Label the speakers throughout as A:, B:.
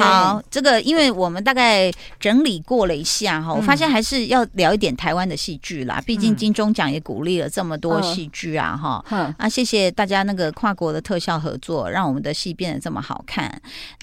A: 好，这个因为我们大概整理过了一下
B: 嗯
A: 哈，我发现还是要聊一点台湾的戏剧啦，毕竟金钟奖也鼓励了这么
B: 哦
A: 多戏剧啊哈。
B: 哼，
A: 啊，谢谢大家那个跨国的特效合作，让我们的戏变得这么好看。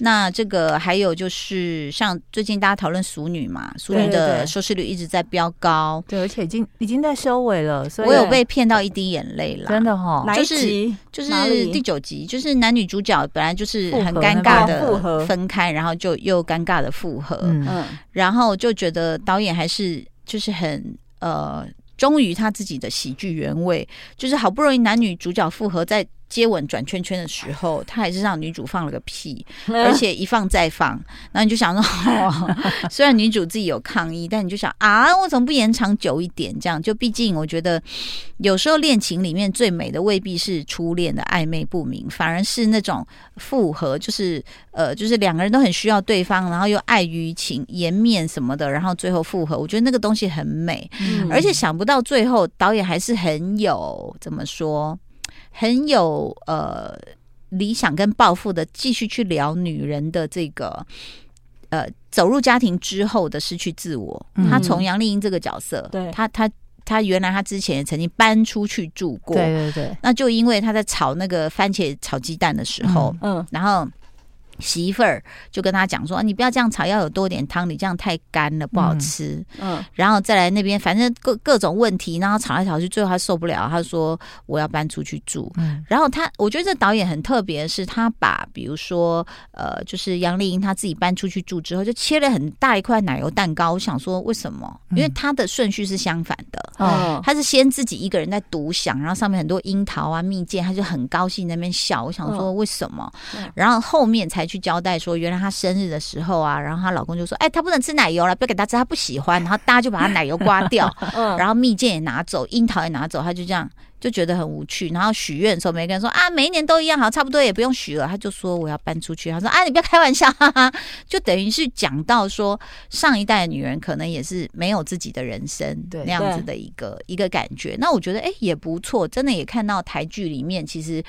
A: 那这个还有就是，像最近大家讨论《熟女》嘛，《熟女
B: 对》对
A: 的
B: 对
A: 收视率一直在飙高，
B: 对，而且已经已经在收尾了，所以
A: 我有被骗到一滴眼泪啦，哦
B: 真的哈，
C: 哪
A: 就
C: 一
A: 是
C: 集？
A: 就是
C: 哪里
A: 第九集，就是男女主角本来就是
B: 复合
A: 很尴尬
C: 那个哦复合
A: 的分开，然后就又尴尬的复合，
B: 嗯，
C: 嗯，
A: 然后就觉得导演还是就是很呃，忠于他自己的喜剧原味，就是好不容易男女主角复合在。接吻转圈圈的时候，他还是让女主放了个屁，而且一放再放， 然后你就想说， 哦、虽然女主自己有抗议，但你就想啊，我怎么不延长久一点？这样就毕竟我觉得，有时候恋情里面最美的未必是初恋的暧昧不明，反而是那种复合，就是呃，就是两个人都很需要对方，然后又碍于情颜面什么的，然后最后复合，我觉得那个东西很美。
B: 嗯
A: 而且想不到最后导演还是很有怎么说，很有呃理想跟抱负的，继续去聊女人的这个呃走入家庭之后的失去自我。
B: 嗯
A: 他从杨丽英这个角色，
C: 对
A: 他他他原来他之前也曾经搬出去住过，
B: 对对对，
A: 那就因为他在炒那个番茄炒鸡蛋的时候，
C: 嗯，
A: 然后。媳妇儿就跟他讲说：“啊你不要这样炒，要有多点汤，你这样太干了，不好
B: 嗯
A: 吃。
C: 嗯，
A: 然后再来那边，反正各各种问题，然后吵来吵去，最后他受不了，他说我要搬出去住。
B: 嗯
A: 然后他，我觉得这导演很特别的是，他把比如说呃，就是杨丽英她自己搬出去住之后，就切了很大一块奶油蛋糕。我想说为什么？因为他的顺序是相反的。
B: 哦
C: 哦，
A: 他是先自己一个人在独享，然后上面很多樱桃啊、蜜饯，他就很高兴在那边笑。我想说为什么？
C: 嗯
A: 然后后面才去交代说，原来她生日的时候啊，然后她老公就说：“哎，她不能吃奶油了，不要给她吃，她不喜欢。”然后大家就把她奶油刮掉，
C: 嗯，
A: 然后蜜饯也拿走，樱桃也拿走，她就这样就觉得很无趣。然后许愿的时候，每个人说：“啊，每一年都一样，好，差不多也不用许了。”她就说：“我要搬出去。”她说：“啊，你不要开玩笑，哈哈。”就等于是讲到说，上一代的女人可能也是没有自己的人生
B: 对
A: 那样子的一个一个感觉。那我觉得哎、也不错，真的也看到台剧里面其实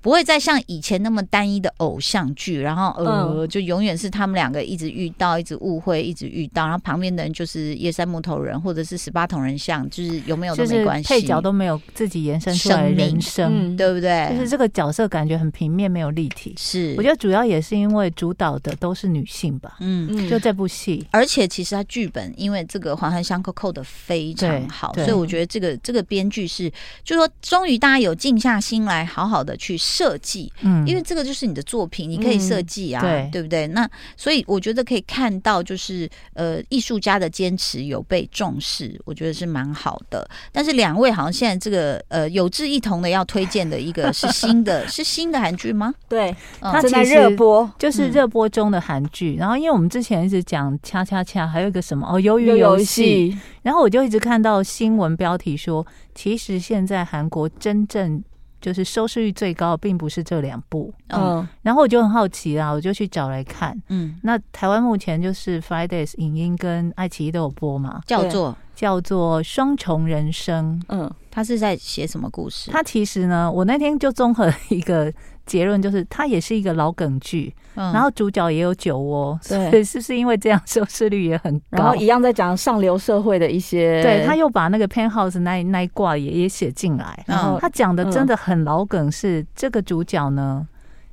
A: 不会再像以前那么单一的偶像剧，然后呃、
B: 嗯
A: 就永远是他们两个一直遇到，一直误会，一直遇到，然后旁边的人就是叶山木头人或者是十八铜人像，就是有没有都
B: 就
A: 没
B: 是
A: 关系，
B: 配角都没有自己延伸出来的人生，
C: 嗯，
A: 对不对？
B: 就是这个角色感觉很平面，没有立体。
A: 是，
B: 我觉得主要也是因为主导的都是女性吧，
A: 嗯。
C: 嗯，
B: 就这部戏，
A: 而且其实他剧本因为这个环环相扣扣的非常好，
B: 对
A: 所
B: 对
A: 以我觉得这个这个编剧是，就说终于大家有静下心来，好好的去设计，
B: 嗯，
A: 因为这个就是你的作品，你可以设计啊，
B: 对
A: 不对？那所以我觉得可以看到，就是呃，艺术家的坚持有被重视，我觉得是蛮好的。但是两位好像现在这个呃有志一同的要推荐的一个是新的，是新的韩剧 吗？
C: 对，
A: 嗯
B: 它
C: 正
B: 其
C: 在
B: 实
C: 热播，
B: 就是热播中的韩剧，然后因为我们之前一直讲恰恰恰，还有一个什么哦，鱿鱼游戏，，然后我就一直看到新闻标题说，其实现在韩国真正就是收视率最高，并不是这两部。
A: 嗯
C: 嗯，
B: 然后我就很好奇啊啦，我就去找来看。
A: 嗯，
B: 那台湾目前就是 Fridays 影音跟爱奇艺都有播嘛，
A: 叫做
B: 叫做《双重人生》。
C: 嗯，
A: 他是在写什么故事？
B: 它其实呢，我那天就综合了一个结论，就是它也是一个老梗剧，
A: 嗯
B: 然后主角也有酒窝，
C: 对
B: 所以是不是因为这样收视率也很
C: 然
B: 高
C: 后？一样在讲上流社会的一些，
B: 对，他又把那个 penthouse 那一那一卦也也写进来，
C: 然
A: 哦
C: 后
B: 他讲的
A: 嗯
B: 真的很老梗是，这个主角呢，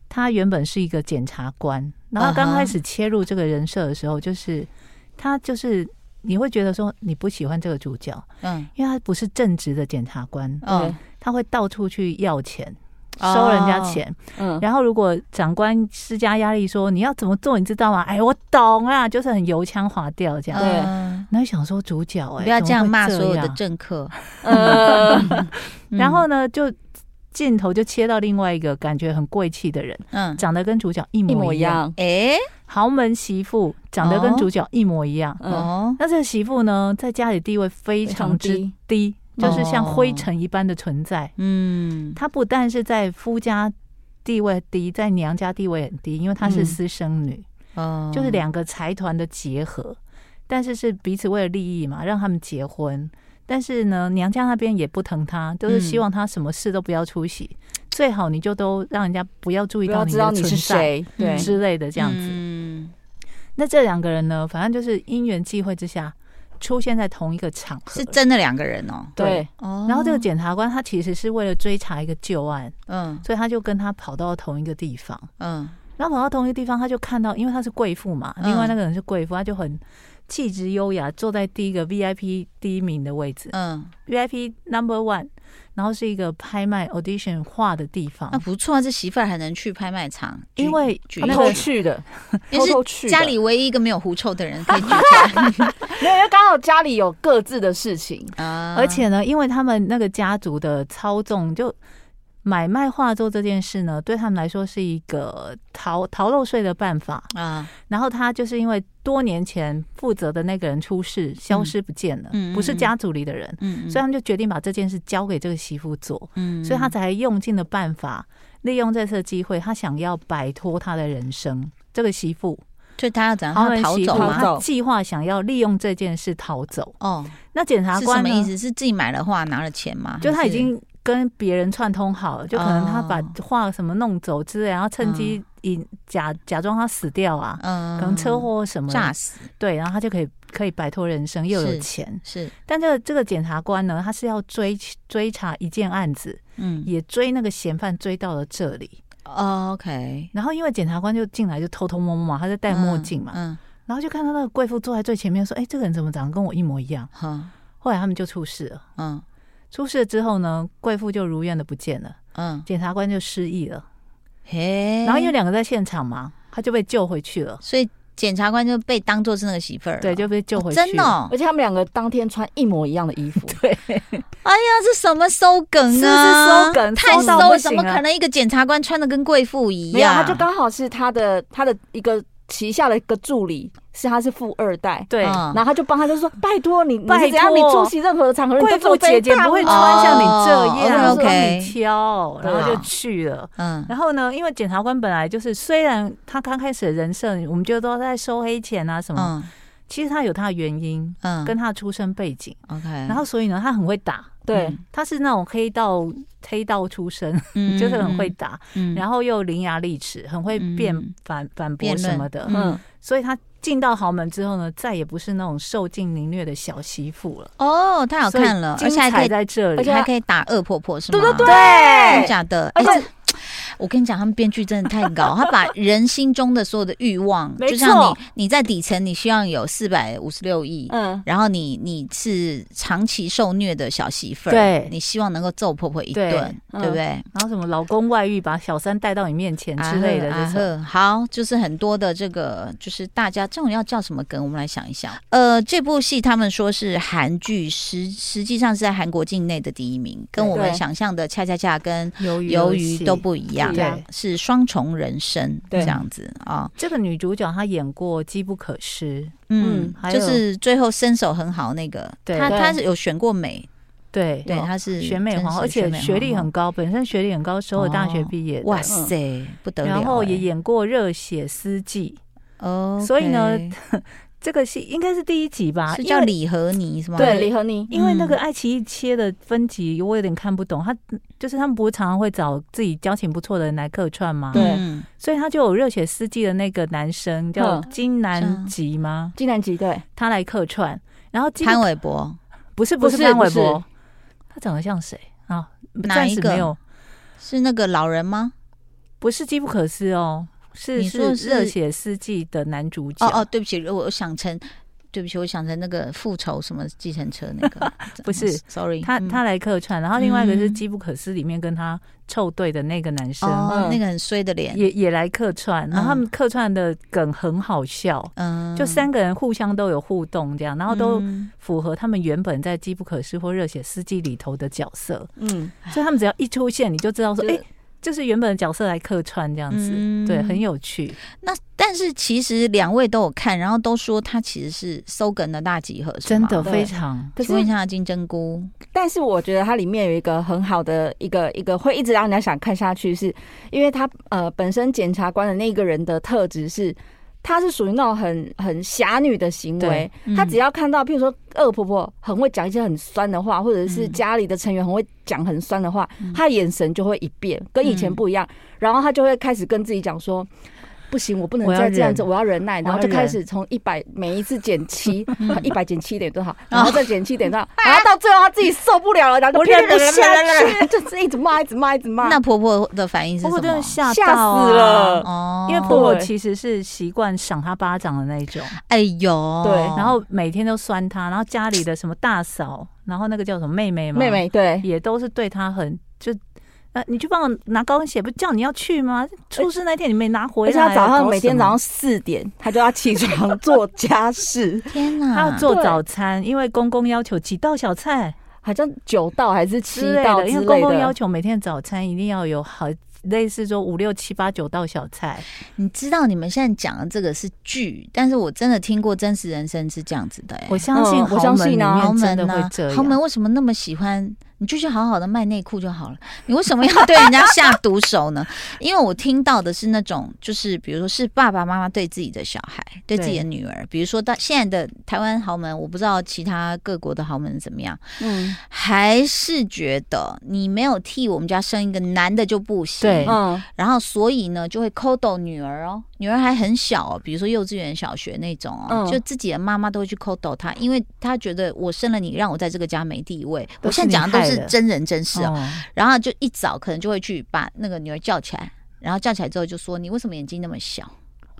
B: 他原本是一个检察官，然后
A: 嗯哼
B: 刚开始切入这个人设的时候，就是、他就是你会觉得说你不喜欢这个主角，
A: 嗯
B: 因为他不是正直的检察官，
A: 嗯
B: 他会到处去要钱。
A: 哦
B: 收人家钱，
C: 嗯，
B: 然后如果长官施加压力说你要怎么做，你知道吗？哎，我懂啦，就是很油腔滑调这样。
C: 对
A: 嗯
B: 那、想说主角、哎，
A: 不要
B: 怎么
A: 这样
B: 会
A: 骂所有的
B: 样
A: 政客。
C: 呃，
A: 嗯
B: 然后呢，就镜头就切到另外一个感觉很贵气的人，
A: 嗯，
B: 长得跟主角一
C: 一
B: 模
C: 模
B: 一
C: 一
B: 样，
C: 样，
A: 哎，
B: 豪门媳妇长得跟主角一模一样。
C: 嗯，
A: 哦，
B: 那这个媳妇呢，在家里地位非常之
C: 非常
B: 低，就是像
A: 哦
B: 灰尘一般的存在。
A: 嗯，
B: 她不但是在夫家地位低，在娘家地位很低，因为她是
C: 嗯
B: 私生女，
A: 哦
B: 就是两个财团的结合，但是是彼此为了利益嘛，让他们结婚。但是呢，娘家那边也不疼她，都是
C: 嗯
B: 希望她什么事都不要出席，最好你就都让人家不要注意
C: 不
B: 到
C: 要
B: 你
C: 知
B: 的
C: 道你
B: 存
C: 是
B: 在
C: 谁，对，
A: 嗯
B: 之类的这样子。
A: 嗯
B: 那这两个人呢，反正就是因缘际会之下出现在同一个场合，
A: 是真的两个人哦。
C: 对，
A: 哦，
B: 然后这个检察官他其实是为了追查一个旧案，
A: 嗯
B: 所以他就跟他跑到同一个地方。
A: 嗯
B: 然后跑到同一个地方，他就看到，因为她是贵妇嘛，
A: 嗯
B: 另外那个人是贵妇，他就很气质优雅，坐在第一个 VIP 第一名的位置、
A: 嗯，
B: v i p number one，然后是一个拍卖 audition 画的地方
A: 那，不错啊，这媳妇儿还能去拍卖场，举
B: 因为
A: 举
C: 他
A: 例
C: 偷 去的，
A: 也
C: 偷
A: 是
C: 偷去的
A: 家里唯一一个没有狐臭的人可以举起来
C: 没有，因为刚好家里有各自的事情，
A: 啊
B: 而且呢，因为他们那个家族的操纵，就买卖画作这件事呢，对他们来说是一个逃逃漏税的办法。
A: 啊，
B: 然后他就是因为多年前负责的那个人出事，消失不见了，
A: 嗯嗯
B: 不是家族里的人，
A: 嗯，
B: 所以他们就决定把这件事交给这个媳妇做，
A: 嗯
B: 所以他才用尽了办法，利用这次的机会，他想要摆脱他的人生。这个媳妇，
A: 所以他要怎样？
B: 豪
A: 啊他
B: 门
A: 要逃
B: 媳妇，
A: 走
C: 嘛
A: 吗？
B: 她计划想要利用这件事逃走。
A: 哦，
B: 那检察
A: 是什
B: 官
A: 么
B: 呢
A: 意思？是自己买了画拿了钱吗？
B: 就他
A: 还
B: 已
A: 是
B: 经跟别人串通好了，就可能他把
A: 哦
B: 画什么弄走之类，然后趁机引假假装他死掉啊，
A: 嗯
B: 可能车祸或什么
A: 炸死
B: 对，然后他就可以可以摆脱人生，又有
A: 是
B: 钱。
A: 是
B: 但这个这个检察官呢，他是要追追查一件案子，
A: 嗯
B: 也追那个嫌犯，追到了这里。
A: 哦 OK
B: 然后因为检察官就进来就偷偷摸摸嘛，他在戴墨镜嘛，
A: 嗯
B: 然后就看到那个贵妇坐在最前面，说：“哎，这个人怎么长得跟我一模一样
A: 好？”
B: 后来他们就出事了。
A: 嗯
B: 出事了之后呢，贵妇就如愿的不见了，
A: 嗯
B: 检察官就失忆了。
A: 嘿，
B: 然后因为两个在现场嘛，他就被救回去了，
A: 所以检察官就被当做是那个媳妇儿了，
B: 对，就被救回去了、
A: 真的哦、
C: 而且他们两个当天穿一模一样的衣服，
B: 对，
A: 哎呀，这什么收梗啊？
B: 是不是收梗
A: 太
B: 收到
A: 了
B: 不
A: 怎
B: 行
A: 么
B: 啊
A: 可能一个检察官穿的跟贵妇一
C: 没有，
A: 样？
C: 他就刚好是他的他的一个旗下的一个助理，是他是富二代，
B: 对。
A: 嗯
C: 然后他就帮他就说拜托你，你
B: 拜托
C: 只要你出席任何场合，你
B: 贵
C: 都
B: 妇
C: 做
B: 姐姐不会穿像你这样，
A: 哦
B: 然后让
A: OK
B: 你挑，然后
A: 对
B: 就
A: 啊
B: 去了。
A: 嗯
B: 然后呢，因为检察官本来就是，虽然他刚开始的人设，我们就都在收黑钱啊什么，
A: 嗯
B: 其实他有他的原因，
A: 嗯，
B: 跟他的出身背景。
A: OK，
B: 然后所以呢，他很会打，
C: 对，
B: 他是那种黑道黑道出身，
A: 嗯
B: 就是很会，打，
A: 嗯
B: 然后又伶牙俐齿，很会辩
A: 嗯
B: 反反驳
A: 辩论
B: 什么的。
A: 嗯
C: 嗯，
B: 所以他进到豪门之后呢，再也不是那种受尽凌虐的小媳妇了。
A: 哦，太好看了，
B: 所
A: 而
B: 以
A: 且
B: 精
A: 还可
B: 彩
A: 以
B: 在这
C: 而
B: 里
C: 且。
A: 还可以打恶婆婆是吗？
C: 对对对，
A: 真的假的？
C: 而且
A: 哎这我跟你讲，他们编剧真的太 高，他把人心中的所有的欲望，
C: 没
A: 就像
C: 错
A: 你你在底层，你希望有四百五十六亿，
C: 嗯，
A: 然后你你是长期受虐的小媳妇儿，
B: 对
A: 你希望能够揍婆婆一
B: 对
A: 顿，对
C: 嗯
A: 不对？
B: 然后什么老公外遇把小三带到你面前之类的
A: 啊
B: 这
A: 呵啊
B: 种，
A: 呵好，就是很多的这个，就是大家这种要叫什么梗，我们来想一想。呃，这部戏他们说是韩剧，实实际上是在韩国境内的第一名，跟我们
C: 对
A: 想象的恰恰恰跟
B: 鱿
A: 鱿鱼都。不一样
C: 不一样，
A: 是双重人生
C: 对
A: 这样子啊、
B: 这个女主角她演过《机不可失》，
A: 嗯
C: 嗯，
B: 还
A: 就
B: 有
A: 是最后身手很好那个，
B: 对
A: 他
C: 对
A: 他是有选过美，
B: 对
A: 对，他是
B: 选美皇后，而且学历很
A: 高，
B: 高，本身学历很高，首尔大学毕业的，
A: 哦
B: 嗯
A: 哇塞，不得了、
B: 然后也
A: 欸
B: 演过《热血司机
A: 哦，
B: 所以呢
A: OK，》
B: 这个戏，应该是第一集吧？
A: 是
B: 因
A: 叫
B: 为
A: 李和妮是吗？
C: 对，李和妮，
B: 因为那
A: 嗯
B: 个爱奇艺切的分级，我有点看不懂。他就是他们不是常常会找自己交情不错的人来客串吗？
C: 对
A: 嗯
B: 所以他就有热血司机的那个男生叫
C: 嗯
B: 金南
A: 嗯
B: 吉吗？
C: 金南吉对，
B: 他来客串，然后金
A: 潘玮柏，
B: 不是不是
C: 不是
B: 潘玮
C: 不是
B: 柏，他长得像谁啊？
A: 哪
B: 暂
A: 一
B: 时
A: 个
B: 没有，
A: 是那个老人吗？
B: 不是机不可失哦，是
A: 你说的是哦
B: 热血司机的男主角。
A: 哦哦，对不起，我我想成对不起，我想成那个复仇什么计程车那个，
B: 不是
A: ，sorry，
B: 他
A: 嗯
B: 他来客串，然后另外一个是
A: 嗯
B: 《机不可失》里面跟他凑对的那个男生，
A: 哦，
C: 嗯
A: 那个很衰的脸，
B: 也也来客串，然后他们客串的梗很好笑，
A: 嗯，
B: 就三个人互相都有互动这样，然后都
A: 嗯
B: 符合他们原本在《机不可失》或《热血司机》里头的角色，
C: 嗯，
B: 所以他们只要一出现，你就知道说，
C: 就
B: 哎、这是原本的角色来客串这样子，
A: 嗯
B: 对，很有趣。
A: 那但是其实两位都有看，然后都说它其实是搜梗的大集合，是
B: 真
A: 吗
B: 的
C: 对
B: 非常
C: 可是
A: 请问一下金针菇，
C: 但是我觉得它里面有一个很好的一个一个会一直让人家想看下去是，因为他呃本身检察官的那个人的特质是，他是属于那种很很侠女的行为
B: 对，
A: 嗯
C: 他只要看到譬如说恶婆婆很会讲一些很酸的话，或者是
B: 嗯
C: 家里的成员很会讲很酸的话，
B: 嗯
C: 他眼神就会一变，跟以前
A: 嗯
C: 不一样，然后他就会开始跟自己讲说。不行，我不能
B: 我要
C: 再这样
B: 忍
C: 子，我要忍耐，然后
B: 我要
C: 就开
B: 忍
C: 始从一百每一次减七，
A: 嗯
C: 一百减七点多好，然后再减七点多好，然后到最后他自己受不了了，然后就
B: 我
C: 忍
B: 忍
C: 不
B: 不
C: 下去，就是一直骂，一直骂，一直骂。
A: 那婆婆的反应是什
B: 我
A: 么？
B: 真的吓
C: 吓
B: 到啊
C: 死了
A: 哦，
B: 因为婆婆
C: 对
B: 其实是习惯赏他巴掌的那一种，
A: 哎呦，
C: 对
B: 然后每天都酸他，然后家里的什么大嫂，然后那个叫什么妹妹嘛，
C: 妹妹对，
B: 也都是对他很就。呃，你去帮我拿高跟鞋，不是叫你要去吗？出事那天你没拿回
C: 而
B: 来，
C: 且他早
B: 搞
C: 上
B: 什
C: 每天
B: 么
C: 早上啊四点，他就要起床做家事，
A: 天哪，
B: 他要做
C: 对
B: 早餐，因为公公要求几道小菜
C: 好像九道还是七
B: 之类
C: 道
B: 的，
C: 之
B: 因为公
C: 类
B: 公要
C: 的。
B: 求每天早餐一定要有好类似说五六七八九道小菜，
A: 你知道你们现在讲的这个是剧，但是我真的听过真实人生是这样子的、欸。
B: 我相信
C: 嗯我相
B: 豪门
C: 信
B: 里
C: 啊
A: 豪
B: 面
A: 门
B: 真的
A: 呢、
B: 会这样。
A: 豪门为什么那么喜欢？你就去好好的卖内裤就好了，你为什么要对人家下毒手 呢？因为我听到的是那种，就是比如说是爸爸妈妈对自己的小孩，对自己的
B: 对
A: 女儿，比如说到现在的台湾豪门，我不知道其他各国的豪门怎么样，
C: 嗯
A: 还是觉得你没有替我们家生一个男的就不行。
B: 对
C: 嗯，
A: 然后所以呢，就会抠逗女儿哦，女儿还很小、哦，比如说幼稚园、小学那种哦，
C: 嗯
A: 就自己的妈妈都会去抠逗她，因为她觉得我生了你，让我在这个家没地位。
B: 都是
A: 我现在讲的都
B: 你
A: 是
B: 害的
A: 真人真事哦，
B: 哦
A: 然后就一早可能就会去把那个女儿叫起来，然后叫起来之后就说：“你为什么眼睛那么小？”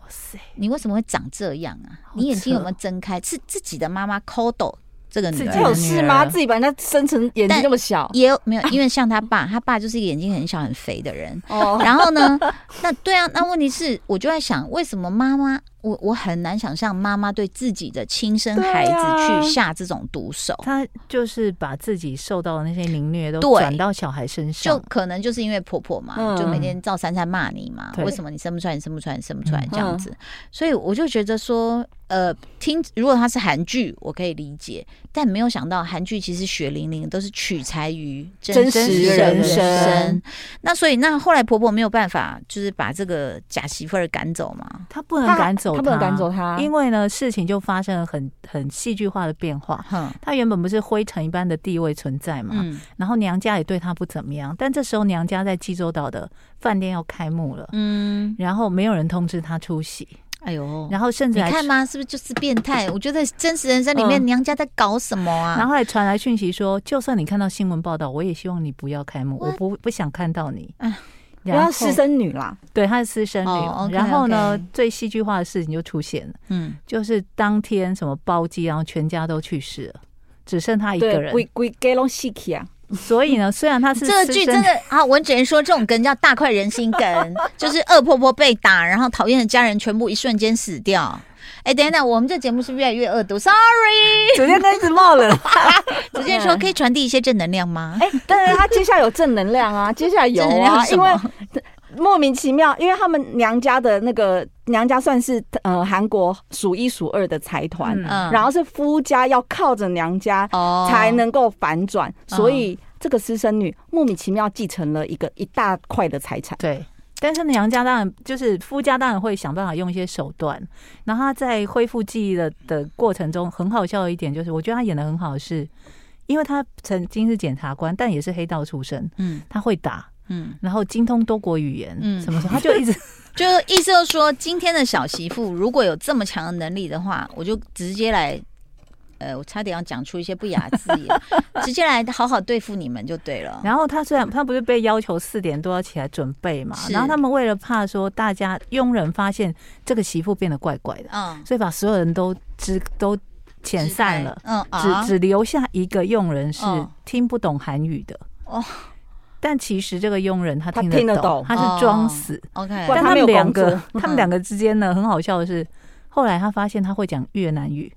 B: 哇塞，
A: 你为什么会长这样啊？
B: 好
A: 你眼睛有
B: 扯
A: 没有睁开？是自己的妈妈抠逗这个女
B: 自
A: 儿
B: 己
C: 这
B: 的
A: 吗，
C: 有事吗？自己把人家生成眼睛
A: 但
C: 那么小
A: 也有没有？因为像他爸，他爸就是一个眼睛很小很肥的人，
C: 哦，
A: 然后呢， 那对啊，那问题是，我就在想，为什么妈妈，我我很难想象妈妈对自己的亲生孩子去下这种毒手，
B: 他就是把自己受到的那些凌虐都
A: 对
B: 转到小孩身
A: 就
B: 上，
A: 可能就是因为婆婆嘛，
C: 嗯
A: 就每天照三餐骂你嘛，
B: 对
A: 为什么你生不出来，你生不出来，你生不出来这样子，所以我就觉得说，呃，听如果它是韩剧，我可以理解，但没有想到韩剧其实血淋淋都是取材于
C: 真
B: 实
A: 人
B: 人
C: 生
A: 那所以那后来婆婆没有办法，就是把这个假媳妇儿赶走嘛。
B: 他不能赶走
C: 他不能赶走他，
B: 因为呢，事情就发生了很很戏剧化的变化。
A: 哼，
B: 他原本不是灰尘一般的地位存在嘛，
A: 嗯
B: 然后娘家也对他不怎么样，但这时候娘家在济州岛的饭店要开幕了，
A: 嗯，
B: 然后没有人通知他出席，
A: 哎呦，
B: 然后甚至
A: 你
B: 还
A: 看吗？是不是就是变态？我觉得真实人生里面
C: 嗯
A: 娘家在搞什么啊？
B: 然后还传来讯息说，就算你看到新闻报道，我也希望你不要开幕，我
A: What？
B: 不不想看到你
A: 哎。
C: 因为
B: 然
C: 她
B: 后
C: 私生女啦，
B: 对她是私生女
A: 哦
B: 嘛，
A: ，OK，
B: 然后呢
A: OK，
B: 最戏剧化的事情就出现了，
A: 嗯，
B: 就是当天什么包机，然后全家都去世了，只剩她一个
C: 对，
B: 人。
C: 鬼鬼 gay 龙细气啊，
B: 所以呢，虽然她是
A: 这个
B: 私
A: 剧
B: 生
A: 真的啊，我只能说这种梗叫大快人心梗，就是恶婆婆被打，然后讨厌的家人全部一瞬间死掉。哎，等一下，我们这节目是越来越恶毒，sorry，
C: 昨天那一直冒冷汗。
A: 直接说可以传递一些正能量吗？
C: 哎，但是他接下来有正能量 啊，接下来有
A: 正能量
C: 啊，
A: 是什
C: 因为
A: 么
C: 莫名其妙，因为他们娘家的那个娘家算是呃韩国数一数二的财团，
B: 嗯
A: 嗯
C: 然后是夫家要靠着娘家
A: 哦
C: 才能够反转，
B: 嗯
A: 哦
C: 所以这个私生女莫名其妙继承了一个一大块的财 产。
B: 对，但是娘家当然就是夫家当然会想办法用一些手段。然后他在恢复记忆的的过程中，很好笑的一点就是，我觉得他演的很好是，因为他曾经是检察官，但也是黑道出身，
A: 嗯
B: 他会打，
A: 嗯，
B: 然后精通多国语言，
A: 嗯
B: 嗯，什么什么，他就一直
A: 就意思就是说，今天的小媳妇如果有这么强的能力的话，我就直接来，呃，我差点要讲出一些不雅字 眼，直接来好好对付你们就对了。
B: 然后他虽然他不是被要求四点多要起来准备嘛，
A: 是
B: 然后他们为了怕说大家佣人发现这个媳妇变得怪怪的，
A: 嗯，
B: 所以把所有人都支都遣散了，
A: 嗯啊
B: 只，只留下一个佣人是
A: 嗯
B: 听不懂韩语的。
A: 哦
B: 但其实这个佣人他
C: 他
B: 听
C: 听得
B: 得
C: 懂
B: 懂，他是装死。
A: OK，
C: 不
B: 但
C: 然他
B: 们
C: 没有
B: 两
C: 工
B: 个
C: 作，
A: 嗯
B: 他们两个之间呢，很好笑的是，后来他发现他会讲越南语，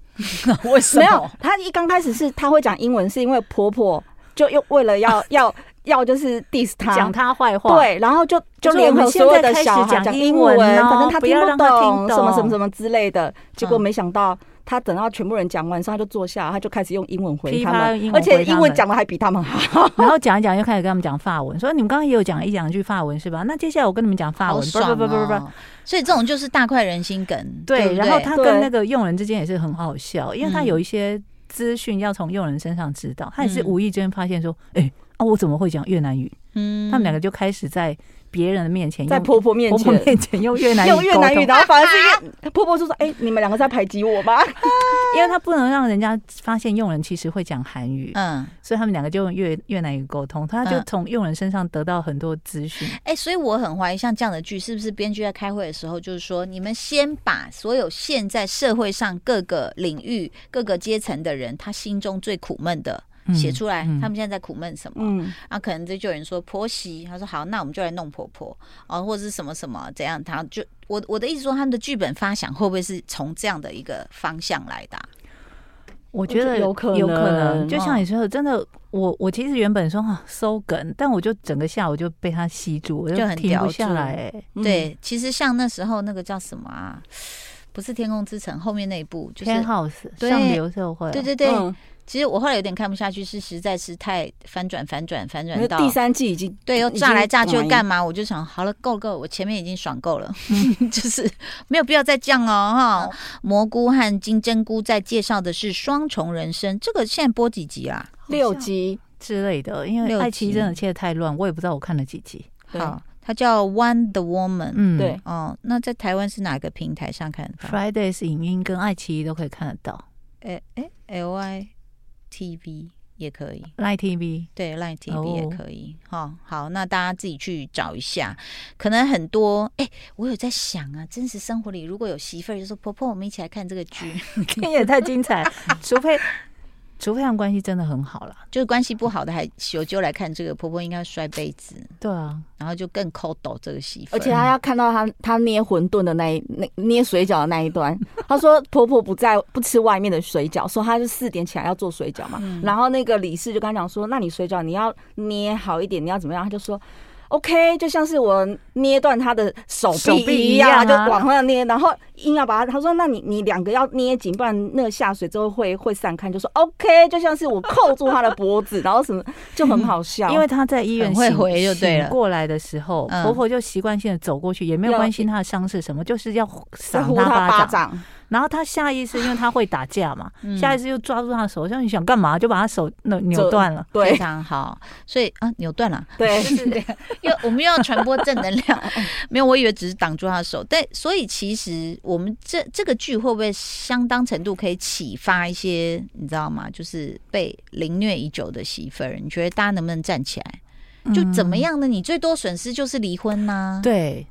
A: 为什
C: 没有，她一刚开始是她会讲英文，是因为婆婆就又为了 要要要就是 diss 她，
B: 讲他坏话。
C: 对，然后就就
B: 就是
C: 联
B: 我们
C: 合
B: 现
C: 所有
B: 在
C: 的
B: 开始
C: 小孩
B: 讲
C: 讲
B: 英
C: 英
B: 文
C: 文，
B: 哦
C: 反正
B: 不
C: 听
B: 要
C: 不
B: 让他听
C: 什么什
B: 懂
C: 么什么之类的。结果
A: 嗯
C: 没想到她等到全部人讲完，上她就坐下，她就开始用英文回
B: 噼
C: 他
B: 啪
C: 们，
B: 用英文
C: 而且
B: 回他
C: 英文
B: 们
C: 讲的还比他 们好。
B: 然后讲一讲，又开始跟他们讲法文，说你们刚刚也有讲一两句法文是吧？那接下来我跟你们讲法
A: 好
B: 文，
A: 爽
C: 啊
B: 不不不不不，
A: 哦！所以这种就是大快人心梗，对
B: 对，
A: 不对，
B: 然后他
C: 对
B: 跟那个佣人之间也是很好笑，因为他
A: 嗯
B: 有一些资讯要从佣人身上知道，他也是
A: 嗯
B: 无意间发现说，哎、啊，我怎么会讲越南语？
A: 嗯
B: 他们两个就开始在别人的面前用，
C: 在婆婆面
B: 婆婆
C: 前
B: 面前用越南语，
C: 用越南语，，然后反而是越婆婆就说：“哎、你们两个在排挤我吗
B: 因为他不能让人家发现佣人其实会讲韩语，
A: 嗯，
B: 所以他们两个就用越越南语沟通，他就
C: 嗯
B: 从佣人身上得到很多资讯。
A: 哎、所以我很怀疑，像这样的剧是不是编剧在开会的时候，就是说，你们先把所有现在社会上各个领域、各个阶层的人，他心中最苦闷的
B: 嗯
A: 写出来，
B: 嗯
A: 他们现在在苦闷什？”么？
C: 嗯，
A: 啊，可能这就有人说婆媳，他说好，那我们就来弄婆婆哦，或者是什么什么怎样，他就我我的意思说，他们的剧本发想会不会是从这样的一个方向来的啊、
B: 我觉
C: 觉
B: 得
C: 得有可能
B: 有可能。
C: 嗯
A: 哦
B: 就像你说的，真的，我我其实原本说啊收梗，但我就整个下午就被他吸住，我
A: 就很
B: 停
A: 叼
B: 不
A: 住
B: 下来、欸。
C: 嗯
A: 对，其实像那时候那个叫什么啊，不是《天空之城》后面那一部，就是
B: 天 house
A: 对
B: 上流社会啊，
A: 对对对，
C: 嗯
A: 其实我后来有点看不下去，是实在是太反转、反转、反
C: 因为
A: 转到
C: 第三季已经
A: 对，又炸来炸去又干
C: 嘛？
A: 嘛？我就想好了，够了够了，我前面已经爽够 了，就是没有必要再这样了哈。
C: 嗯
A: 蘑菇和金针菇在介绍的是双重人生，这个现在播几集啊啦？
C: 六集，
B: 之类的，因为
A: 六
B: 爱奇艺
A: 集
B: 真的切的太乱，我也不知道我看了几集。
C: 对
A: 好，它叫《One the Woman》。
B: 嗯，
C: 对
A: 哦，那在台湾是哪个平台上看的
B: ，Fridays 影音跟爱奇艺都可以看得到
A: 哎哎，L I T V 也可以。
B: ，Line TV。
A: 对，Line
B: 哦
A: TV 也可以。哈、好，那大家自己去找一下，可能很多。哎、我有在想啊，真实生活里如果有媳妇儿，就说婆婆，我们一起来看这个 剧。
B: 也太精彩，除非除非他们关系真的很好啦。
A: 就是关系不好的还有就来看这个，婆婆应该摔杯子，
B: 对啊，
A: 然后就更抠抖这个媳妇儿。
C: 而且她要看到她她捏馄饨的那一那捏水饺的那 一段，她说婆婆不在不吃外面的水饺，说她是四点起来要做水饺嘛。
B: 嗯
C: 然后那个李氏就跟她讲说，那你水饺你要捏好一点，你要怎么样？她就说。OK，就像是我捏断她的手
B: 手臂
C: 一
B: 一样啊
C: 就往上捏，然后硬要把它。她说：“那你你两个要捏紧，不然那个下水之后会会散开。”就说 OK，就像是我扣住她的脖子，然后什么就很好 笑。
B: 因为她在医院
A: 很会
B: 醒
A: 回就对了
B: 醒过来的时候，
A: 嗯
B: 婆婆就习惯性的走过去，也没有
C: 要
B: 关心她的伤势什么，就是要
C: 在
B: 赏
C: 呼
B: 她
C: 她巴
B: 巴掌。
C: 掌，
B: 然后她下意识，因为她会打架嘛，
A: 嗯
B: 下意识就抓住她的手，像你想干嘛，就把她手扭扭
C: 这
B: 断了。
C: 对
A: 非常好，所以啊扭断了，
C: 对，
A: 因为我们又要传播正能 量。
B: 嗯
A: 没有，我以为只是挡住他的手，但所以其实我们这这个剧会不会相当程度可以启发一些，你知道吗？就是被凌虐已久的媳妇儿，你觉得大家能不能站起来？就怎么
B: 嗯？
A: 样呢？你最多损失就是离婚呐、，
B: 对，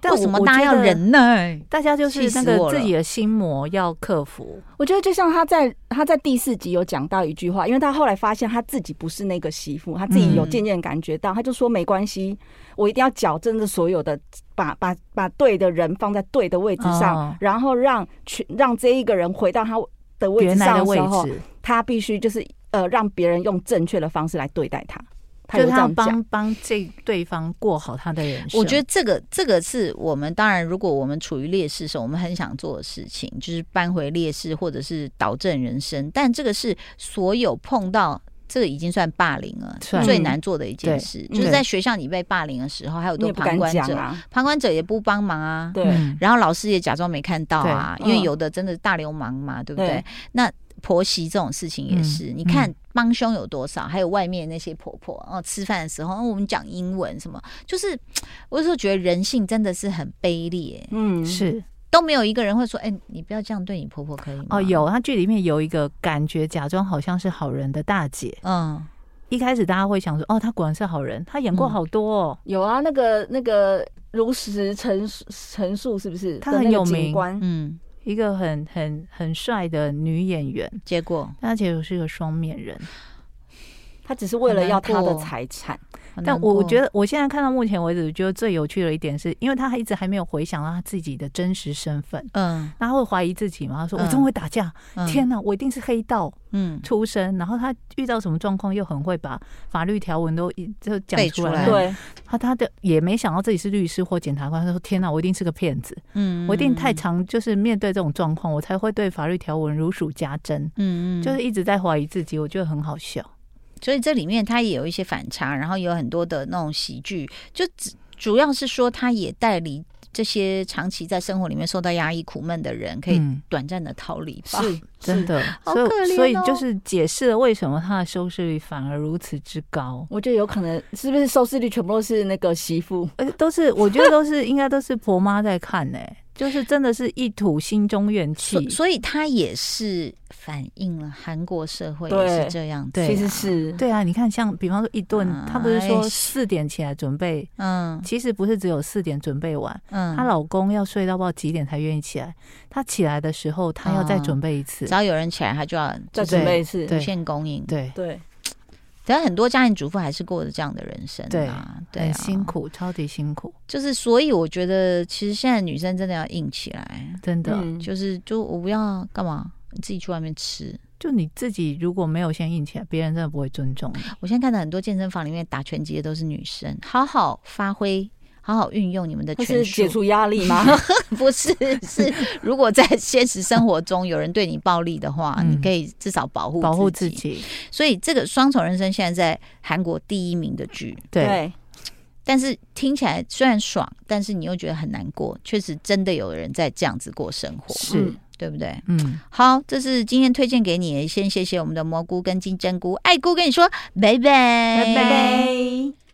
B: 但
A: 为什
B: 我
A: 么大家要？
B: 我觉得
A: 忍耐？
B: 大家就
A: 气
B: 是
A: 死
B: 那个
A: 我了
B: 自己的心魔要克服，
C: 我觉得就像他在他在第四集有讲到一句话，因为他后来发现他自己不是那个媳妇，他自己有
A: 嗯
C: 渐渐感觉到，他就说没关系，我一定要矫正这所有的，把把把对的人放在对的位置上，
B: 哦
C: 然后让全让这一个人回到他的呃位置
B: 原来
C: 上
B: 的
C: 的
B: 位
C: 时候，
B: 置，
C: 他必须就是呃让别人用正确的方式来对待他，他
B: 就
C: 有
B: 是
C: 这
B: 她要
C: 样讲，
B: 帮帮这对方过好他的人生。
A: 我觉
C: 哦
A: 得这个这个是我们当然，如果我们处于劣势的时候，我们很想做的事情，就是扳回劣势或者是导正人生。但这个是所有碰到这个已经算霸凌了，
B: 算
A: 最难做的一件事，
C: 嗯对嗯
A: 就是在学校你被霸凌的时候，还有
C: 你
A: 多
C: 也不
A: 旁
C: 敢
A: 观
C: 讲
A: 者，
C: 啊，
A: 旁观者也不帮忙啊。
C: 对，
B: 嗯
A: 然后老师也假装没看到啊，
C: 对
A: 因为
C: 嗯
A: 有的真的大流氓嘛，对不对？
C: 对
A: 那婆媳这种事情也是，
B: 嗯
A: 你看帮凶有多少，还有外面那些婆婆，哦，吃饭的时候、哦我们讲英文什么，就是嘖我有时候觉得人性真的是很卑劣，
C: 嗯，
B: 是
A: 都没有一个人会说，哎、你不要这样对你婆婆可以吗？
B: 哦，，有他剧里面有一个感觉假装好像是好人的大姐，
A: 嗯，
B: 一开始大家会想说，哦，她果然是好人，她演过
A: 嗯
B: 好多哦，
C: 有啊，那个那个如实陈述陈述是不是？
B: 他
C: 的
B: 很
C: 那个
B: 有
C: 警
B: 名
C: 官
A: 嗯，
B: 一个很很很帅的女演员，
A: 结果
B: 但她其实是个双面人。
C: 他只是为了要他
A: 很难
C: 的
A: 过
C: 财产，
B: 但我我觉
A: 得
B: 得我现在看到目前为止，觉得最有趣的一点是，因为他一直还没有回想到他自己的真实身份，
A: 嗯
B: 那他会怀疑自己嘛？他说：“
A: 嗯
B: 我这么会打架，
A: 嗯
B: 天哪，我一定是黑道
A: 嗯
B: 出身。”然后他遇到什么状况，又很会把法律条文都一就讲
A: 背
B: 出
A: 出来嗯
B: 来。
C: 对，
B: 他他的也没想到自己是律师或检察官，他说：“天哪，我一定是个骗子，
A: 嗯
B: 我一定太常就是面对这种状况，我才会对法律条文如数家珍。”
A: 嗯嗯，
B: 就是一直在怀疑自己，我觉得很好笑。
A: 所以这里面它也有一些反差，然后有很多的那种喜剧，就只主要是说它也带离这些长期在生活里面受到压抑、苦闷的人，可以
B: 嗯
A: 短暂的逃离吧。
C: 是
B: 真。的，
A: 好
B: 所以、
A: 可怜
B: 所以
A: 哦
B: 就是解释了为什么它的收视率反而如此之高，
C: 我觉得有可能是不是收视率全部都是那个媳妇？
A: 呃
B: 而且都是我觉得都 是应该都是婆妈在看呢、就是真的是一吐心中怨气
A: 所。所以它也是反映了韩国社会
C: 对
A: 也是这样子，
B: 对
C: 其实是
B: 对啊，你看，像比方说一顿，她不是说
A: 哎
B: 四点起来准备，
A: 嗯
B: 其实不是只有四点准备完，
A: 嗯，
B: 她老公要睡到不知道几点才愿意起来，她起来的时候，她要再
A: 嗯
B: 准备一次
A: 只。要有人起来，他就要就
C: 再
A: 是
C: 准备一次，
B: 对
A: 无限供应。
B: 对，
C: 对，
A: 但很多家庭主妇还是过着这样的人生、啊，对，
B: 很辛。苦，超级辛苦，
A: 就是所以我觉得，其实现在女生真的要硬起来，
B: 真的。
C: 嗯
A: 就是就我不要干嘛，你自己去外面吃。
B: 就你自己如果没有先硬起来，别人真的不会尊重你。
A: 我现在看到很多健身房里面打拳击的都是女生，好好发挥。好好运用你们的
C: 或
A: 拳
C: 是解
A: 术，
C: 除压力吗？
A: 不是是，如果在现实生活中有人对你暴力的话，
B: 嗯
A: 你可以至少保护
B: 保护
A: 自
B: 自。己，
A: 所以这个双重人生现在在韩国第一名的剧，
B: 对，
C: 对，
A: 但是听起来虽然爽，但是你又觉得很难过。确实，真的有人在这样子过生活，
B: 是，
A: 对不对？
B: 嗯，
A: 好，这是今天推荐给你，先谢谢我们的蘑菇跟金针菇，爱菇跟你说拜拜，
B: 拜拜
C: 拜。